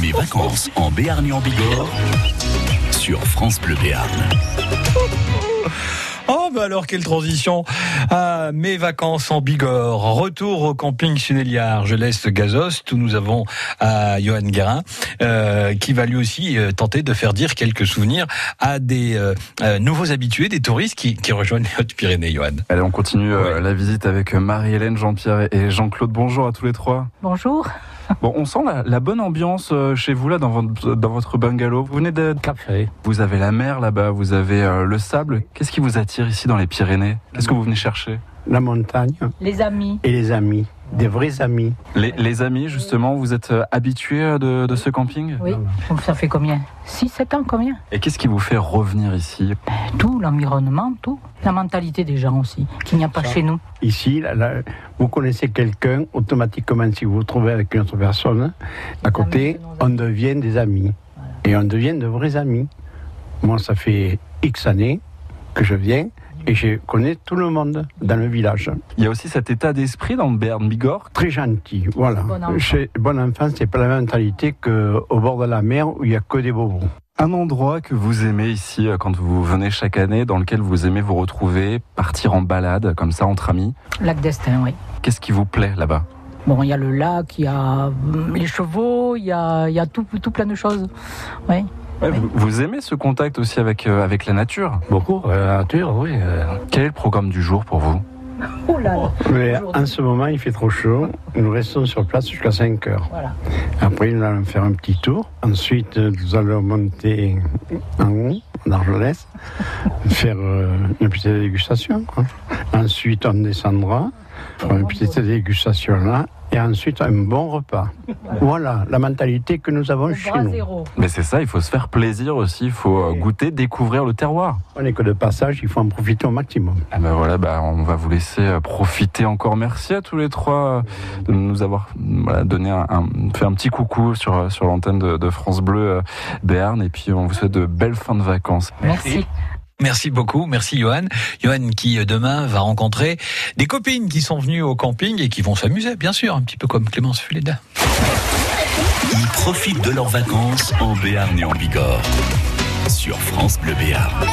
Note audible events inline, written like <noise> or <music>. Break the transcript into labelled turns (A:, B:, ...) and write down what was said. A: Mes vacances en Béarn et en Bigorre sur France Bleu Béarn.
B: Oh bah alors quelle transition à mes vacances en Bigorre. Retour au camping Sunéliard. Je laisse Gazost où nous avons à Johan Guérin euh, qui va lui aussi euh, tenter de faire dire quelques souvenirs à des euh, euh, nouveaux habitués, des touristes qui, qui rejoignent les Hautes-Pyrénées, Johan.
C: Allez, on continue euh,
B: Ouais.
C: la visite avec Marie-Hélène, Jean-Pierre et Jean-Claude. Bonjour à tous les trois.
D: Bonjour.
C: Bon, on sent la, la bonne ambiance euh, chez vous là dans votre, dans votre bungalow. Vous venez de
E: Cap Ferré.
C: vous avez la mer là-bas, vous avez euh, le sable. Qu'est-ce qui vous attire ici dans les Pyrénées Qu'est-ce que vous venez chercher
F: la montagne
D: Les amis,
F: et les amis, des vrais amis.
C: les, les amis, justement, vous êtes euh, habitués euh, de, de ce camping
D: oui. Ça fait combien 6, 7 ans, combien
C: Et qu'est-ce qui vous fait revenir ici
D: Tout, l'environnement, tout. La mentalité des gens aussi, qu'il n'y a pas chez nous.
F: Ici, là, là, vous connaissez quelqu'un, automatiquement, si vous vous trouvez avec une autre personne hein, à côté, on devient des amis. Et on devient de vrais amis. Moi, ça fait X années que je viens et je connais tout le monde dans le village.
C: Il y a aussi cet état d'esprit dans le Berne Bigorre.
F: Très gentil, voilà.
D: Bon enfant.
F: Chez Bon Enfant, c'est pas la même mentalité qu'au bord de la mer où il n'y a que des bobos.
C: Un endroit que vous aimez ici euh, quand vous venez chaque année, dans lequel vous aimez vous retrouver, partir en balade comme ça entre amis.
D: Lac d'Estin, oui.
C: Qu'est-ce qui vous plaît là-bas
D: Bon, il y a le lac, il y a hum, les chevaux, il y a, il y a tout, tout plein de choses. Oui.
C: vous, vous aimez ce contact aussi avec, euh, avec la nature
E: Beaucoup, euh, la nature, oui. euh,
C: Quel est le programme du jour pour vous
D: Oh là là.
F: Mais
D: Aujourd'hui.
F: en ce moment, il fait trop chaud. Nous restons sur place jusqu'à 5 heures.
D: Voilà.
F: Après, nous allons faire un petit tour. Ensuite, euh, nous allons monter en haut, en Argelès, <laughs> faire euh, une petite dégustation. quoi. Ensuite, on descendra, faire une petite dégustation là. Et ensuite, un bon repas. Voilà la mentalité que nous avons
D: Au
F: chez
D: bras
F: nous.
D: zéro.
C: Mais c'est ça, il faut se faire plaisir aussi, il faut euh,
F: Oui.
C: goûter, découvrir le terroir.
F: On n'est que de passage, il faut en profiter au maximum.
C: Ah ben voilà, bah, on va vous laisser euh, profiter encore. Merci à tous les trois euh, de nous avoir mm, voilà, donné un, un- fait un petit coucou sur, euh, sur l'antenne de, de France Bleu euh, Béarn. Et puis on vous souhaite de belles fins de vacances.
D: Merci.
B: Merci beaucoup, merci Johan. Johan qui euh, demain va rencontrer des copines qui sont venues au camping et qui vont s'amuser, bien sûr, un petit peu comme Clémence Fuleda.
A: Ils profitent de leurs vacances en Béarn et en Bigorre sur France Bleu Béarn.